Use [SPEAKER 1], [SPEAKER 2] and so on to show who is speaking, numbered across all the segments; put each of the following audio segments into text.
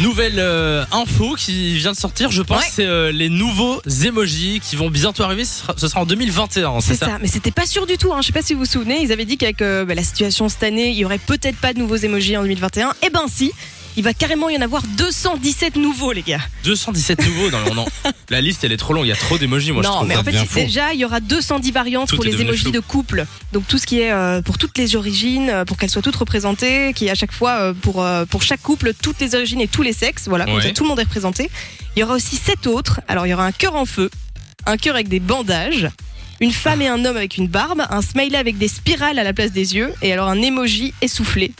[SPEAKER 1] Nouvelle euh, info qui vient de sortir, je pense,
[SPEAKER 2] Ouais.
[SPEAKER 1] c'est euh, les nouveaux emojis qui vont bientôt arriver. Ce sera, ce sera en 2021, c'est
[SPEAKER 2] C'est
[SPEAKER 1] ça,
[SPEAKER 2] ça. mais c'était pas sûr du tout. Hein. Je sais pas si vous vous souvenez, ils avaient dit qu'avec euh, bah, la situation cette année, il y aurait peut-être pas de nouveaux emojis en 2021. Eh ben si, il va carrément y en avoir 217 nouveaux, les gars.
[SPEAKER 1] 217 nouveaux. Non, mais on en- La liste, elle est trop longue. Il y a trop d'emojis, moi, je
[SPEAKER 2] non,
[SPEAKER 1] trouve.
[SPEAKER 2] mais en
[SPEAKER 3] ça
[SPEAKER 2] fait,
[SPEAKER 3] devient
[SPEAKER 2] c'est-
[SPEAKER 3] fou.
[SPEAKER 2] déjà, il y aura 210 variantes
[SPEAKER 1] Tout
[SPEAKER 2] pour
[SPEAKER 1] est
[SPEAKER 2] les
[SPEAKER 1] devenu
[SPEAKER 2] émojis
[SPEAKER 1] flou.
[SPEAKER 2] de couple. Donc tout ce qui est euh, pour toutes les origines, euh, pour qu'elles soient toutes représentées, qui à chaque fois euh, pour euh, pour chaque couple, toutes les origines et tous les sexes, voilà, comme
[SPEAKER 1] Ouais.
[SPEAKER 2] ça, tout le monde est représenté. Il y aura aussi sept autres. Alors il y aura un cœur en feu, un cœur avec des bandages. Une femme et un homme avec une barbe, un smiley avec des spirales à la place des yeux, et alors un émoji essoufflé.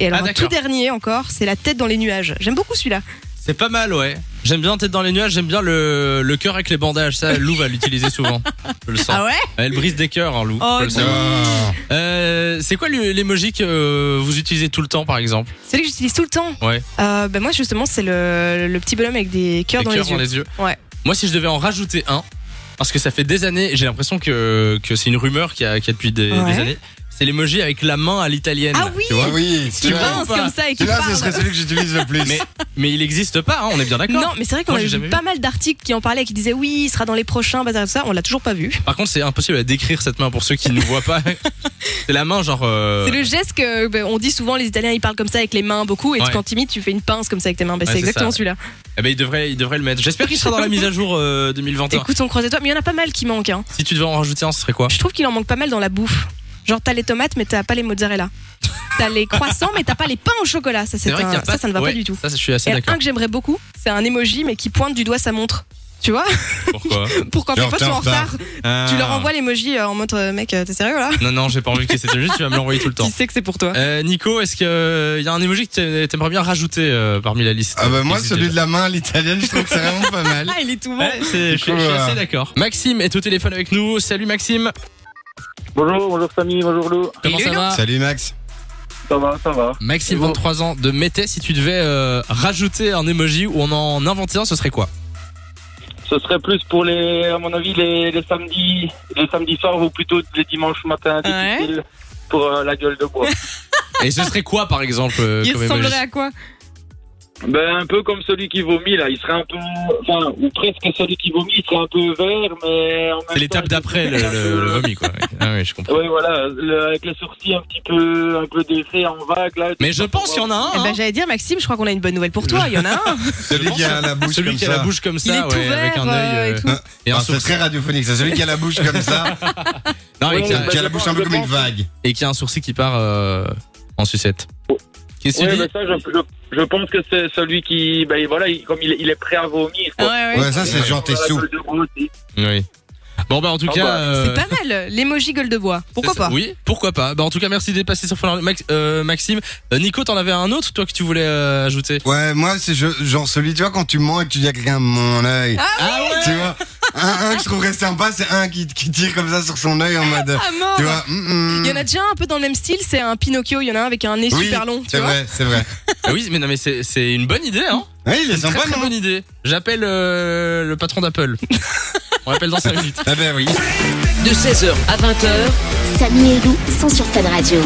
[SPEAKER 2] Et alors
[SPEAKER 1] Ah,
[SPEAKER 2] un
[SPEAKER 1] d'accord.
[SPEAKER 2] tout dernier encore, c'est la tête dans les nuages. J'aime beaucoup celui-là.
[SPEAKER 1] C'est pas mal, ouais. J'aime bien tête dans les nuages, j'aime bien le, le cœur avec les bandages. Ça, Lou va l'utiliser souvent. Je le sens.
[SPEAKER 2] Ah ouais
[SPEAKER 1] Elle brise des cœurs, hein, Lou.
[SPEAKER 2] Oh,
[SPEAKER 1] Je le sais.
[SPEAKER 2] Guy.
[SPEAKER 3] Ah.
[SPEAKER 1] Euh, c'est quoi le- l'emoji que euh, vous utilisez tout le temps, par exemple
[SPEAKER 2] Celui que j'utilise tout le temps.
[SPEAKER 1] Ouais.
[SPEAKER 2] Euh, ben moi justement c'est le, le petit bonhomme avec des cœurs
[SPEAKER 1] Des
[SPEAKER 2] dans
[SPEAKER 1] cœurs
[SPEAKER 2] les yeux. Ouais.
[SPEAKER 1] Moi, si je devais en rajouter un, parce que ça fait des années, et j'ai l'impression que, que c'est une rumeur qu'il y, a- qu'il y a depuis des,
[SPEAKER 2] Ouais.
[SPEAKER 1] des années, c'est l'emoji avec la main à l'italienne.
[SPEAKER 2] Ah oui
[SPEAKER 1] tu vois.
[SPEAKER 3] oui,
[SPEAKER 1] Tu
[SPEAKER 2] Qui
[SPEAKER 3] celui-là,
[SPEAKER 1] vois
[SPEAKER 2] pince
[SPEAKER 1] ou pas
[SPEAKER 2] comme ça et qui
[SPEAKER 3] celui-là, ce
[SPEAKER 2] parle.
[SPEAKER 3] serait celui que j'utilise le plus.
[SPEAKER 1] Mais, mais il n'existe pas, hein, on est bien d'accord.
[SPEAKER 2] Non, mais c'est vrai qu'on
[SPEAKER 1] Moi,
[SPEAKER 2] a
[SPEAKER 1] j'ai
[SPEAKER 2] eu
[SPEAKER 1] jamais vu.
[SPEAKER 2] pas mal d'articles qui en parlaient, qui disaient oui, il sera dans les prochains, bazar, tout ça. On l'a toujours pas vu.
[SPEAKER 1] Par contre, c'est impossible à décrire cette main pour ceux qui ne voient pas. c'est la main, genre. euh,
[SPEAKER 2] C'est le geste que ben, on dit souvent les Italiens, ils parlent comme ça avec les mains beaucoup, et
[SPEAKER 1] Ouais.
[SPEAKER 2] quand t'imites, tu fais une pince comme ça avec tes mains. Ben,
[SPEAKER 1] Ouais,
[SPEAKER 2] c'est
[SPEAKER 1] c'est
[SPEAKER 2] exactement
[SPEAKER 1] ça.
[SPEAKER 2] celui-là.
[SPEAKER 1] eh ben, il, devrait, il devrait le mettre. J'espère qu'il sera dans la mise à jour euh, 2021.
[SPEAKER 2] Écoute, on croise les doigts, mais il y en a pas mal qui manquent. hein.
[SPEAKER 1] Si tu devais en rajouter un, ce serait quoi
[SPEAKER 2] Je trouve qu'il en manque pas mal dans la bouffe. Genre t'as les tomates, mais t'as pas les mozzarella. T'as les croissants, mais t'as pas les pains au chocolat. Ça, c'est
[SPEAKER 1] vrai
[SPEAKER 2] un-
[SPEAKER 1] qu'il y a
[SPEAKER 2] ça, ça ne va
[SPEAKER 1] ouais,
[SPEAKER 2] pas du tout.
[SPEAKER 1] Ça, je suis assez
[SPEAKER 2] Et un
[SPEAKER 1] d'accord.
[SPEAKER 2] que j'aimerais beaucoup, c'est un emoji, mais qui pointe du doigt sa montre. Tu vois
[SPEAKER 1] Pourquoi
[SPEAKER 2] Pour quand
[SPEAKER 3] T'es en
[SPEAKER 2] tes potes sont en
[SPEAKER 3] retard,
[SPEAKER 2] retard, tu
[SPEAKER 1] Ah.
[SPEAKER 2] leur envoies l'emoji euh, en mode euh, mec, euh, t'es sérieux là
[SPEAKER 1] Non, non, j'ai pas envie que c'était juste, tu vas me l'envoyer tout le temps.
[SPEAKER 2] Qui sait que c'est pour toi
[SPEAKER 1] Euh, Nico, est-ce qu'il y a un emoji que t'a- t'aimerais bien rajouter euh, parmi la liste
[SPEAKER 3] Ah bah moi,
[SPEAKER 1] Existe
[SPEAKER 3] celui
[SPEAKER 1] déjà.
[SPEAKER 3] de la main à l'italienne, je trouve que c'est vraiment pas mal.
[SPEAKER 2] Ah, il est tout bon.
[SPEAKER 1] Ouais, c'est- je suis je suis
[SPEAKER 3] Nico,
[SPEAKER 1] assez
[SPEAKER 3] euh,
[SPEAKER 1] d'accord. Maxime est au téléphone avec nous. Salut Maxime,
[SPEAKER 4] Bonjour, bonjour Samy, bonjour Lou.
[SPEAKER 1] comment ça
[SPEAKER 2] Hello.
[SPEAKER 1] va
[SPEAKER 3] Salut Max.
[SPEAKER 4] Ça va, ça va.
[SPEAKER 1] Maxime,
[SPEAKER 4] Et vous
[SPEAKER 1] 23 ans de Mété, si tu devais euh, rajouter un emoji ou en en inventer un, ce serait quoi
[SPEAKER 4] Ce serait plus pour les, à mon avis, les, les samedis, les samedis soirs ou plutôt les dimanches matins
[SPEAKER 2] Ouais.
[SPEAKER 4] difficiles pour euh, la gueule de bois.
[SPEAKER 1] Et ce serait quoi par exemple euh,
[SPEAKER 2] Il
[SPEAKER 1] comme
[SPEAKER 2] ressemblerait
[SPEAKER 1] emoji
[SPEAKER 2] à quoi
[SPEAKER 4] ben un peu comme celui qui vomit là, il serait un peu, enfin ou presque celui qui vomit, il serait un peu vert, mais en même
[SPEAKER 1] C'est l'étape
[SPEAKER 4] temps,
[SPEAKER 1] d'après le,
[SPEAKER 4] il serait un
[SPEAKER 1] le- le
[SPEAKER 4] peu- euh,
[SPEAKER 1] vomi quoi. Ah oui, je comprends.
[SPEAKER 4] Ouais voilà, le- avec les sourcils un petit peu, un peu défaits en vague là.
[SPEAKER 1] Mais je pense qu'il y en a
[SPEAKER 2] Eh
[SPEAKER 1] un. hein.
[SPEAKER 2] ben, J'allais dire, Maxime, je crois qu'on a une bonne nouvelle pour toi. Il y en a un.
[SPEAKER 3] Celui qui a la bouche
[SPEAKER 1] Celui
[SPEAKER 3] comme
[SPEAKER 1] qui a la
[SPEAKER 3] ça.
[SPEAKER 1] bouche comme
[SPEAKER 2] Il est
[SPEAKER 1] ça,
[SPEAKER 2] tout
[SPEAKER 1] ouais, avec
[SPEAKER 2] vert,
[SPEAKER 1] un œil
[SPEAKER 2] euh, et
[SPEAKER 1] euh,
[SPEAKER 2] tout.
[SPEAKER 1] et un
[SPEAKER 3] Ah, c'est
[SPEAKER 1] sourcil.
[SPEAKER 3] très radiophonique, c'est celui qui a la bouche comme ça,
[SPEAKER 1] Non, et
[SPEAKER 4] Ouais,
[SPEAKER 1] qui a-
[SPEAKER 4] bah,
[SPEAKER 3] qui a la
[SPEAKER 4] je
[SPEAKER 3] bouche un
[SPEAKER 4] pense-
[SPEAKER 3] peu
[SPEAKER 4] je
[SPEAKER 3] comme une
[SPEAKER 4] pense-
[SPEAKER 3] vague.
[SPEAKER 1] et qui a un sourcil qui part euh, en sucette. Qu'est-ce que
[SPEAKER 3] bah,
[SPEAKER 4] Ouais,
[SPEAKER 1] tu
[SPEAKER 4] ben
[SPEAKER 1] dis
[SPEAKER 4] ça, je, je, je pense que c'est celui qui, ben voilà, il- comme il, est- il est prêt à vomir. quoi.
[SPEAKER 2] Ouais, ouais.
[SPEAKER 3] Ouais, ça c'est
[SPEAKER 1] Ouais.
[SPEAKER 3] genre t'es
[SPEAKER 4] Pour la
[SPEAKER 3] sous.
[SPEAKER 4] gueule de bois aussi.
[SPEAKER 1] Oui. Bon bah en tout
[SPEAKER 4] Ah
[SPEAKER 1] cas,
[SPEAKER 4] bah,
[SPEAKER 1] euh,
[SPEAKER 2] C'est pas mal. L'emoji gueule de bois. Pourquoi
[SPEAKER 1] c'est ça.
[SPEAKER 2] pas
[SPEAKER 1] Oui, pourquoi pas. Bah en tout cas, merci d'être passé sur Fun Radio. Max, euh, Maxime, Euh, Nico, t'en avais un autre toi que tu voulais euh, ajouter
[SPEAKER 3] Ouais, moi c'est je- genre celui, tu vois, quand tu mens et que tu dis à quelqu'un mon œil.
[SPEAKER 1] Ah
[SPEAKER 3] Tu vois, un, un que je trouverais sympa, c'est un qui, qui tire comme ça sur son œil en mode.
[SPEAKER 2] Ah
[SPEAKER 3] Tu
[SPEAKER 2] mort
[SPEAKER 3] vois, hum, hum.
[SPEAKER 1] hmm.
[SPEAKER 2] Il y en a déjà un peu dans le même style. C'est un Pinocchio. Il y en a un avec un nez
[SPEAKER 3] Oui,
[SPEAKER 2] super long. Tu
[SPEAKER 3] C'est
[SPEAKER 2] vois
[SPEAKER 3] vrai, c'est vrai.
[SPEAKER 1] Ah oui, mais non mais c'est c'est une bonne idée hein.
[SPEAKER 3] Oui, il est
[SPEAKER 1] Très,
[SPEAKER 3] sympa,
[SPEAKER 1] très
[SPEAKER 3] non
[SPEAKER 1] bonne idée. J'appelle euh, le patron d'Apple. On appelle dans 5 minutes.
[SPEAKER 3] Ah ben oui.
[SPEAKER 5] de 16h à 20h.
[SPEAKER 6] Samy et Lou sont sur Fan Radio.